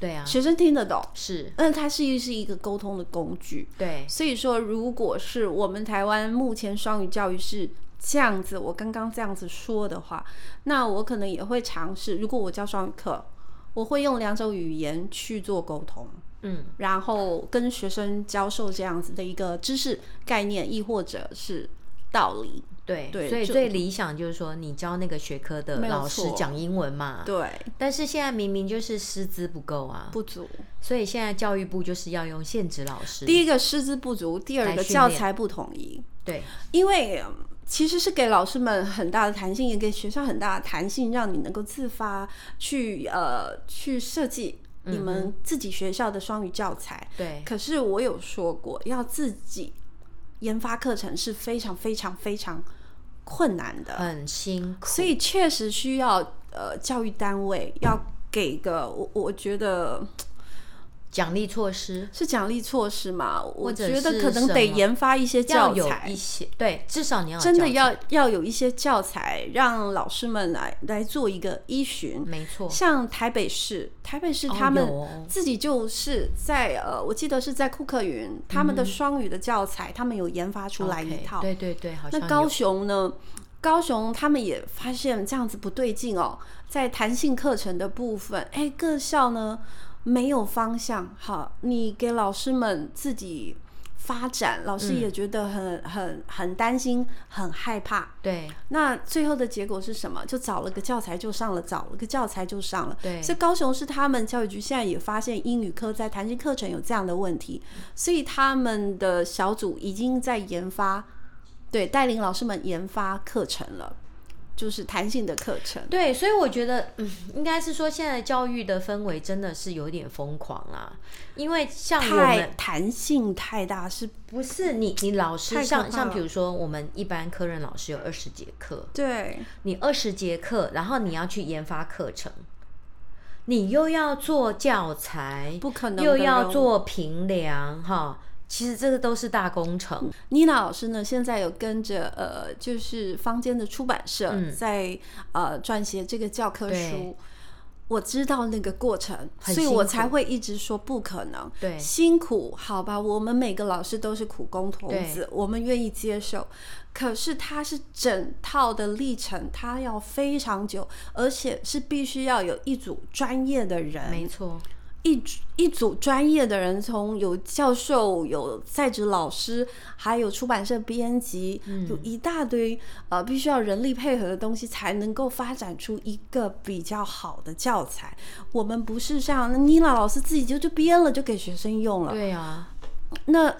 [SPEAKER 2] 对啊，
[SPEAKER 1] 学生听得懂，
[SPEAKER 2] 是，
[SPEAKER 1] 但它是一是一个沟通的工具。
[SPEAKER 2] 对，
[SPEAKER 1] 所以说，如果是我们台湾目前双语教育是这样子，我刚刚这样子说的话，那我可能也会尝试。如果我教双语课，我会用两种语言去做沟通，
[SPEAKER 2] 嗯，
[SPEAKER 1] 然后跟学生教授这样子的一个知识概念，亦或者是道理。
[SPEAKER 2] 对，
[SPEAKER 1] 对
[SPEAKER 2] 所以
[SPEAKER 1] 就
[SPEAKER 2] 最理想就是说，你教那个学科的
[SPEAKER 1] 没有
[SPEAKER 2] 老师
[SPEAKER 1] 错
[SPEAKER 2] 讲英文嘛。
[SPEAKER 1] 对，
[SPEAKER 2] 但是现在明明就是师资不够啊，
[SPEAKER 1] 不足。
[SPEAKER 2] 所以现在教育部就是要用现职老师。
[SPEAKER 1] 第一个师资不足，第二
[SPEAKER 2] 来
[SPEAKER 1] 个
[SPEAKER 2] 训
[SPEAKER 1] 教
[SPEAKER 2] 练
[SPEAKER 1] 材不统一。
[SPEAKER 2] 对，
[SPEAKER 1] 因为嗯其实是给老师们很大的弹性，也给学校很大的弹性，让你能够自发去呃去设计
[SPEAKER 2] 嗯
[SPEAKER 1] 你们自己学校的双语教材。
[SPEAKER 2] 对，
[SPEAKER 1] 可是我有说过，要自己研发课程是非常非常非常困难的，
[SPEAKER 2] 很辛苦。
[SPEAKER 1] 所以确实需要呃教育单位要给个我我觉得
[SPEAKER 2] 奖励措施
[SPEAKER 1] 是奖励措施嘛，我
[SPEAKER 2] 者
[SPEAKER 1] 觉得
[SPEAKER 2] 是
[SPEAKER 1] 可能
[SPEAKER 2] 什
[SPEAKER 1] 得
[SPEAKER 2] 么
[SPEAKER 1] 研发一些
[SPEAKER 2] 要
[SPEAKER 1] 教
[SPEAKER 2] 有
[SPEAKER 1] 材
[SPEAKER 2] 一。些，对，至少你要有
[SPEAKER 1] 真
[SPEAKER 2] 教
[SPEAKER 1] 的
[SPEAKER 2] 材
[SPEAKER 1] 要要有一些教材，让老师们来来做一个依循。
[SPEAKER 2] 没嗯错，
[SPEAKER 1] 像台北市，台北市
[SPEAKER 2] 哦
[SPEAKER 1] 他们
[SPEAKER 2] 有哦
[SPEAKER 1] 自己就是在、呃，我记得是在库克云，他们的双语的教材，他们有研发出来
[SPEAKER 2] 嗯 OK，
[SPEAKER 1] 一套。
[SPEAKER 2] 对对对，好像
[SPEAKER 1] 那高
[SPEAKER 2] 有
[SPEAKER 1] 雄呢？高雄他们也发现这样子不对劲哦，在弹性课程的部分，哎，各校呢没有方向。好，你给老师们自己发展，老
[SPEAKER 2] 嗯
[SPEAKER 1] 师也觉得很、很很担心，很害怕。
[SPEAKER 2] 对。
[SPEAKER 1] 那最后的结果是什么？就找了个教材就上了，找了个教材就上了。
[SPEAKER 2] 对
[SPEAKER 1] 所以高雄市他们教育局现在也发现英语科在弹性课程有这样的问题，所以他们的小组已经在研发，对，带领老师们研发课程了，就是弹性的课程。
[SPEAKER 2] 对，所以我觉得，嗯，应该是说现在教育的氛围真的是有点疯狂啦，因为像我
[SPEAKER 1] 太
[SPEAKER 2] 们
[SPEAKER 1] 弹性太大是，
[SPEAKER 2] 不是你，你老师
[SPEAKER 1] 太可
[SPEAKER 2] 像
[SPEAKER 1] 怕
[SPEAKER 2] 像比
[SPEAKER 1] 了
[SPEAKER 2] 如说我们一般科任老师有二十节课，
[SPEAKER 1] 对，
[SPEAKER 2] 你二十节课，然后你要去研发课程，你又要做教材，
[SPEAKER 1] 不可能的
[SPEAKER 2] 又要
[SPEAKER 1] 任务
[SPEAKER 2] 做评量，哈，其实这个都是大工程。
[SPEAKER 1] 妮娜老师呢，现在有跟着呃，就是坊间的出版社在、呃撰写这个教科
[SPEAKER 2] 嗯对
[SPEAKER 1] 书。我知道那个过程，
[SPEAKER 2] 很
[SPEAKER 1] 所以
[SPEAKER 2] 辛
[SPEAKER 1] 我
[SPEAKER 2] 苦
[SPEAKER 1] 才会一直说不可能。
[SPEAKER 2] 对
[SPEAKER 1] 辛苦，好吧，我们每个老师都是苦工头
[SPEAKER 2] 对
[SPEAKER 1] 子，我们愿意接受。可是它是整套的历程，它要非常久，而且是必须要有一组专业的人，
[SPEAKER 2] 没错，
[SPEAKER 1] 一组一组专业的人，从有教授、有在职老师，还有出版社编辑，
[SPEAKER 2] 嗯
[SPEAKER 1] 有一大堆呃，必须要人力配合的东西，才能够发展出一个比较好的教材。我们不是像妮娜老师自己就就编了就给学生用了，
[SPEAKER 2] 对啊，
[SPEAKER 1] 那。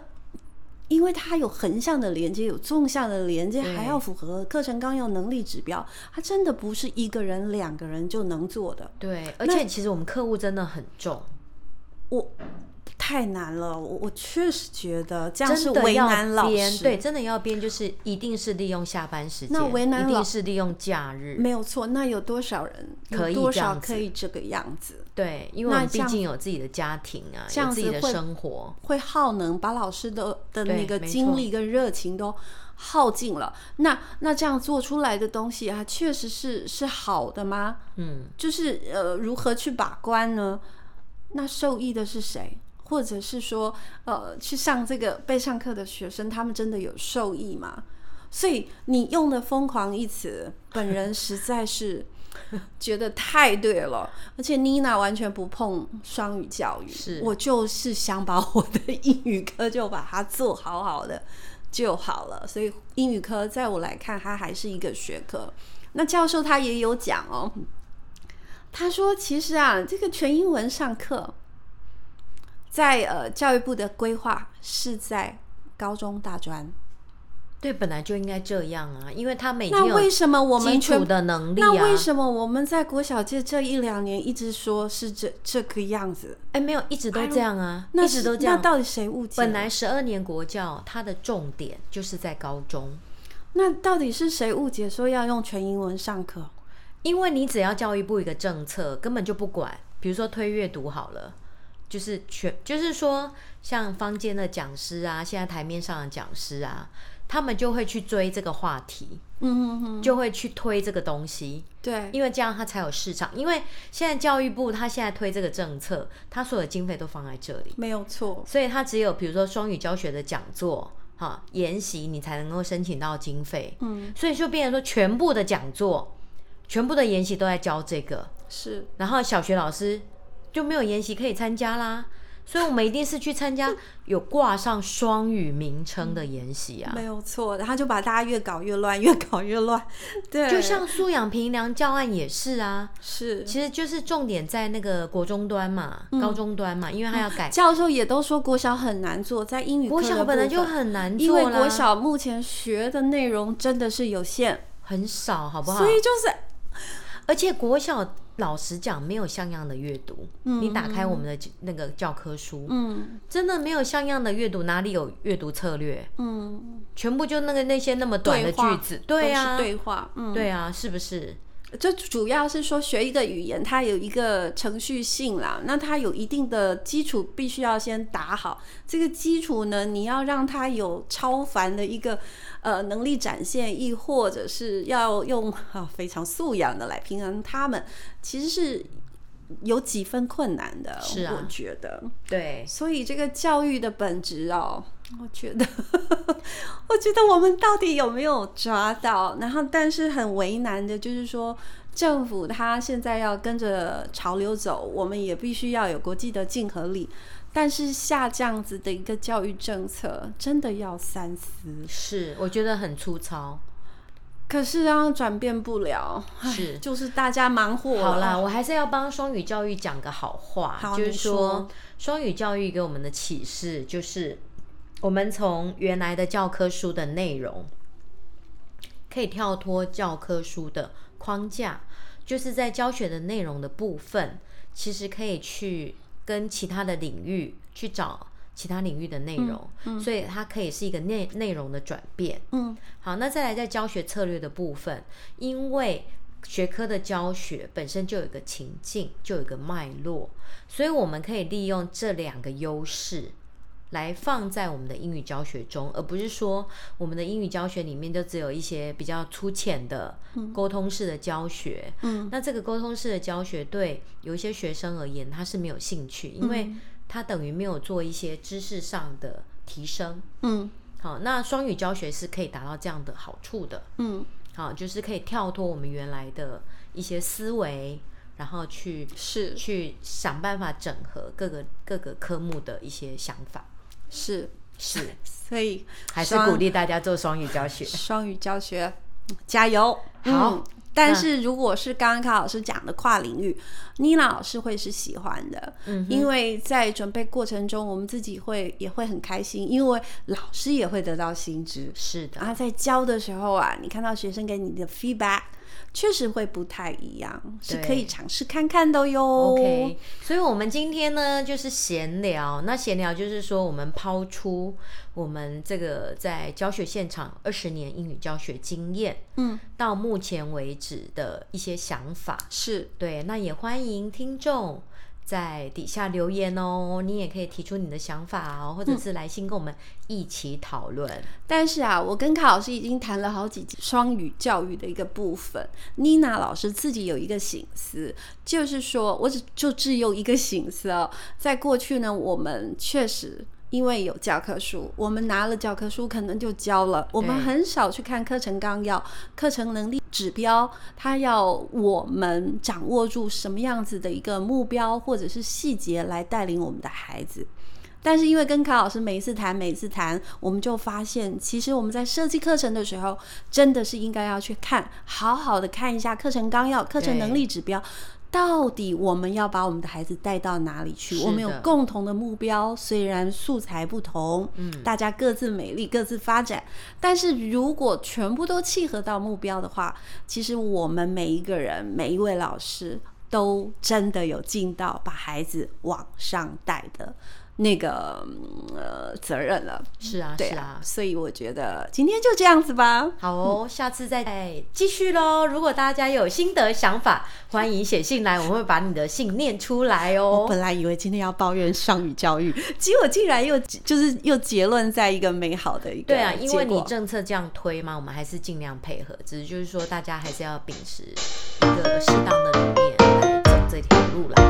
[SPEAKER 1] 因为它有横向的连接，有纵向的连接，
[SPEAKER 2] 对
[SPEAKER 1] 还要符合课程纲要、能力指标，它真的不是一个人、两个人就能做的。
[SPEAKER 2] 对，而且其实我们客户真的很重，
[SPEAKER 1] 太难了，我我确实觉得这样是
[SPEAKER 2] 真的
[SPEAKER 1] 为
[SPEAKER 2] 要
[SPEAKER 1] 难老
[SPEAKER 2] 编，
[SPEAKER 1] 师，
[SPEAKER 2] 对，，真的要编，就是一定是利用下班时间，
[SPEAKER 1] 那为难
[SPEAKER 2] 一定
[SPEAKER 1] 老
[SPEAKER 2] 是利用假日，
[SPEAKER 1] 没有错。那有多少人
[SPEAKER 2] 可以
[SPEAKER 1] 有多
[SPEAKER 2] 这
[SPEAKER 1] 少
[SPEAKER 2] 样子
[SPEAKER 1] 可以这个样子，
[SPEAKER 2] 对，因为我们
[SPEAKER 1] 那这
[SPEAKER 2] 毕
[SPEAKER 1] 样
[SPEAKER 2] 竟有自己的家庭啊，
[SPEAKER 1] 这
[SPEAKER 2] 有
[SPEAKER 1] 样
[SPEAKER 2] 自己
[SPEAKER 1] 子
[SPEAKER 2] 的
[SPEAKER 1] 会
[SPEAKER 2] 生活，
[SPEAKER 1] 会耗能，把老师的的
[SPEAKER 2] 对
[SPEAKER 1] 那个
[SPEAKER 2] 没
[SPEAKER 1] 精
[SPEAKER 2] 错
[SPEAKER 1] 力跟热情都耗尽了。那那这样做出来的东西啊，确实是是好的吗？
[SPEAKER 2] 嗯，
[SPEAKER 1] 就是呃，如何去把关呢？那受益的是谁？或者是说，呃，去上这个被上课的学生，他们真的有受益吗？所以你用的“疯狂”一词，本人实在是觉得太对了。而且妮娜完全不碰双语教育，
[SPEAKER 2] 是
[SPEAKER 1] 我就是想把我的英语课就把它做好好的就好了。所以英语科在我来看，它还是一个学科。那教授他也有讲哦，他说：“其实啊，这个全英文上课，在呃教育部的规划是在高中大专。
[SPEAKER 2] 对，本来就应该这样啊，因为他们已经
[SPEAKER 1] 那为
[SPEAKER 2] 有
[SPEAKER 1] 什么我
[SPEAKER 2] 基
[SPEAKER 1] 们全
[SPEAKER 2] 础的能力啊，
[SPEAKER 1] 那为什么我们在国小界这一两年一直说是这这个样子？
[SPEAKER 2] 哎，没有，一直都这样啊，
[SPEAKER 1] 那
[SPEAKER 2] 一直
[SPEAKER 1] 是
[SPEAKER 2] 都这
[SPEAKER 1] 那
[SPEAKER 2] 样。
[SPEAKER 1] 到底谁误解？
[SPEAKER 2] 本来十二年国教，它的重点就是在高中，
[SPEAKER 1] 那到底是谁误解说要用全英文上课？
[SPEAKER 2] 因为你只要教育部一个政策，根本就不管，比如说推阅读好了。就是全，就是说，像坊间的讲师啊，现在台面上的讲师啊，他们就会去追这个话题，
[SPEAKER 1] 嗯哼哼，
[SPEAKER 2] 就会去推这个东西。
[SPEAKER 1] 对，
[SPEAKER 2] 因为这样它才有市场。因为现在教育部它现在推这个政策，它所有经费都放在这里，
[SPEAKER 1] 没有错。
[SPEAKER 2] 所以它只有比如说双语教学的讲座。哈，研习你才能够申请到经费，
[SPEAKER 1] 嗯，
[SPEAKER 2] 所以就变成说全部的讲座、全部的研习都在教这个，
[SPEAKER 1] 是
[SPEAKER 2] 然后小学老师就没有研习可以参加啦，所以我们一定是去参加有挂上双语名称的研习啊，
[SPEAKER 1] 没有错。然后就把大家越搞越乱， 越搞越乱。对，
[SPEAKER 2] 就像素养评量教案也是啊，
[SPEAKER 1] 是
[SPEAKER 2] 其实就是重点在那个国中端嘛，
[SPEAKER 1] 嗯
[SPEAKER 2] 高中端嘛，因为他要改、
[SPEAKER 1] 教授也都说国小很难做，在英语嗯课
[SPEAKER 2] 国
[SPEAKER 1] 的
[SPEAKER 2] 小，
[SPEAKER 1] 部
[SPEAKER 2] 本来
[SPEAKER 1] 分
[SPEAKER 2] 就很难
[SPEAKER 1] 因为
[SPEAKER 2] 做啦，
[SPEAKER 1] 国小目前学的内容真的是有限，
[SPEAKER 2] 很少，好不好
[SPEAKER 1] 所？以就是
[SPEAKER 2] 而且国小老实讲，没有像样的阅读。你打开我们的教那个教科书，
[SPEAKER 1] 嗯
[SPEAKER 2] 真的没有像样的阅读，哪里有阅读策略？
[SPEAKER 1] 嗯，
[SPEAKER 2] 全部就那个那些那么短的
[SPEAKER 1] 对话
[SPEAKER 2] 句子，对
[SPEAKER 1] 都
[SPEAKER 2] 啊，
[SPEAKER 1] 是对话，嗯，
[SPEAKER 2] 对啊，是不是？
[SPEAKER 1] 就主要是说学一个语言，它有一个程序性啦，那它有一定的基础，必须要先打好。这个基础呢，你要让它有超凡的一个呃能力展现，亦或者是要用啊非常素养的来平衡他们，其实是有几分困难的，
[SPEAKER 2] 是啊
[SPEAKER 1] 我觉得。
[SPEAKER 2] 对，
[SPEAKER 1] 所以这个教育的本质哦，我觉得， 我觉得我们到底有没有抓到？然后，但是很为难的就是说，政府它现在要跟着潮流走，我们也必须要有国际的竞合力。但是下这样子的一个教育政策，真的要三思。
[SPEAKER 2] 是，我觉得很粗糙，
[SPEAKER 1] 可是啊，转变不了，
[SPEAKER 2] 是。
[SPEAKER 1] 就是大家忙活了
[SPEAKER 2] 好啦，，我还是要帮双语教育讲个好话，
[SPEAKER 1] 好
[SPEAKER 2] 就是
[SPEAKER 1] 你说
[SPEAKER 2] 双语教育给我们的启示就是，我们从原来的教科书的内容，可以跳脱教科书的框架，就是在教学的内容的部分，其实可以去跟其他的领域去找其他领域的内容，所以它可以是一个内内容的转变。
[SPEAKER 1] 嗯，
[SPEAKER 2] 好，那再来在教学策略的部分，因为学科的教学本身就有一个情境，就有一个脉络，所以我们可以利用这两个优势来放在我们的英语教学中，而不是说我们的英语教学里面就只有一些比较粗浅的沟通式的教学。
[SPEAKER 1] 嗯，
[SPEAKER 2] 那这个沟通式的教学对有一些学生而言，他是没有兴趣，因为他等于没有做一些知识上的提升。
[SPEAKER 1] 嗯
[SPEAKER 2] 好，那双语教学是可以达到这样的好处的。
[SPEAKER 1] 嗯，
[SPEAKER 2] 好，就是可以跳脱我们原来的一些思维，然后去
[SPEAKER 1] 是
[SPEAKER 2] 去想办法整合各个各个科目的一些想法，
[SPEAKER 1] 是
[SPEAKER 2] 是
[SPEAKER 1] 所以
[SPEAKER 2] 还是
[SPEAKER 1] 双
[SPEAKER 2] 鼓励大家做双语教学。
[SPEAKER 1] 双语教学，嗯加油！
[SPEAKER 2] 好
[SPEAKER 1] 嗯但是如果是刚刚卡老师讲的跨领域，妮娜老师会是喜欢的，
[SPEAKER 2] 嗯
[SPEAKER 1] 因为在准备过程中，我们自己会也会很开心，因为老师也会得到新知。
[SPEAKER 2] 是的，
[SPEAKER 1] 然后在教的时候啊，你看到学生给你的 feedback，确实会不太一样，是可以尝试看看的哟。
[SPEAKER 2] OK，所以我们今天呢就是闲聊，那闲聊就是说我们抛出我们这个在教学现场二十年英语教学经验，
[SPEAKER 1] 嗯，
[SPEAKER 2] 到目前为止的一些想法。
[SPEAKER 1] 是
[SPEAKER 2] 对，那也欢迎听众在底下留言哦，你也可以提出你的想法哦，或者
[SPEAKER 1] 嗯
[SPEAKER 2] 是来信跟我们一起讨论。
[SPEAKER 1] 但是啊，我跟卡老师已经谈了好几集双语教育的一个部分。妮娜老师自己有一个醒思，就是说我只就只有一个醒思哦。在过去呢，我们确实因为有教科书，我们拿了教科书可能就教了，我们
[SPEAKER 2] 对
[SPEAKER 1] 很少去看课程纲要、课程能力指标，它要我们掌握住什么样子的一个目标或者是细节来带领我们的孩子。但是因为跟卡老师每一次谈，每一次谈，我们就发现，其实我们在设计课程的时候，真的是应该要去看，好好的看一下课程纲要、课程能力指标，到底我们要把我们的孩子带到哪里去？
[SPEAKER 2] 是的
[SPEAKER 1] 我们有共同的目标，虽然素材不同，嗯，大家各自美丽，各自发展，但是如果全部都契合到目标的话，其实我们每一个人、每一位老师都真的有尽到把孩子往上带的那个嗯呃责任了。
[SPEAKER 2] 是啊，
[SPEAKER 1] 对
[SPEAKER 2] 是啊。
[SPEAKER 1] 所以我觉得今天就这样子吧。
[SPEAKER 2] 好哦，下次再继续喽。如果大家有心得想法，欢迎写信来，我们会把你的信念出来
[SPEAKER 1] 我
[SPEAKER 2] 哦。
[SPEAKER 1] 本来以为今天要抱怨双语教育，结果竟然又就是又结论在一个美好的一个
[SPEAKER 2] 对啊，因
[SPEAKER 1] 结
[SPEAKER 2] 为你
[SPEAKER 1] 果
[SPEAKER 2] 政策这样推嘛，我们还是尽量配合，只是就是说大家还是要秉持一个适当的理念来走这条路啦。
[SPEAKER 1] 嗯哦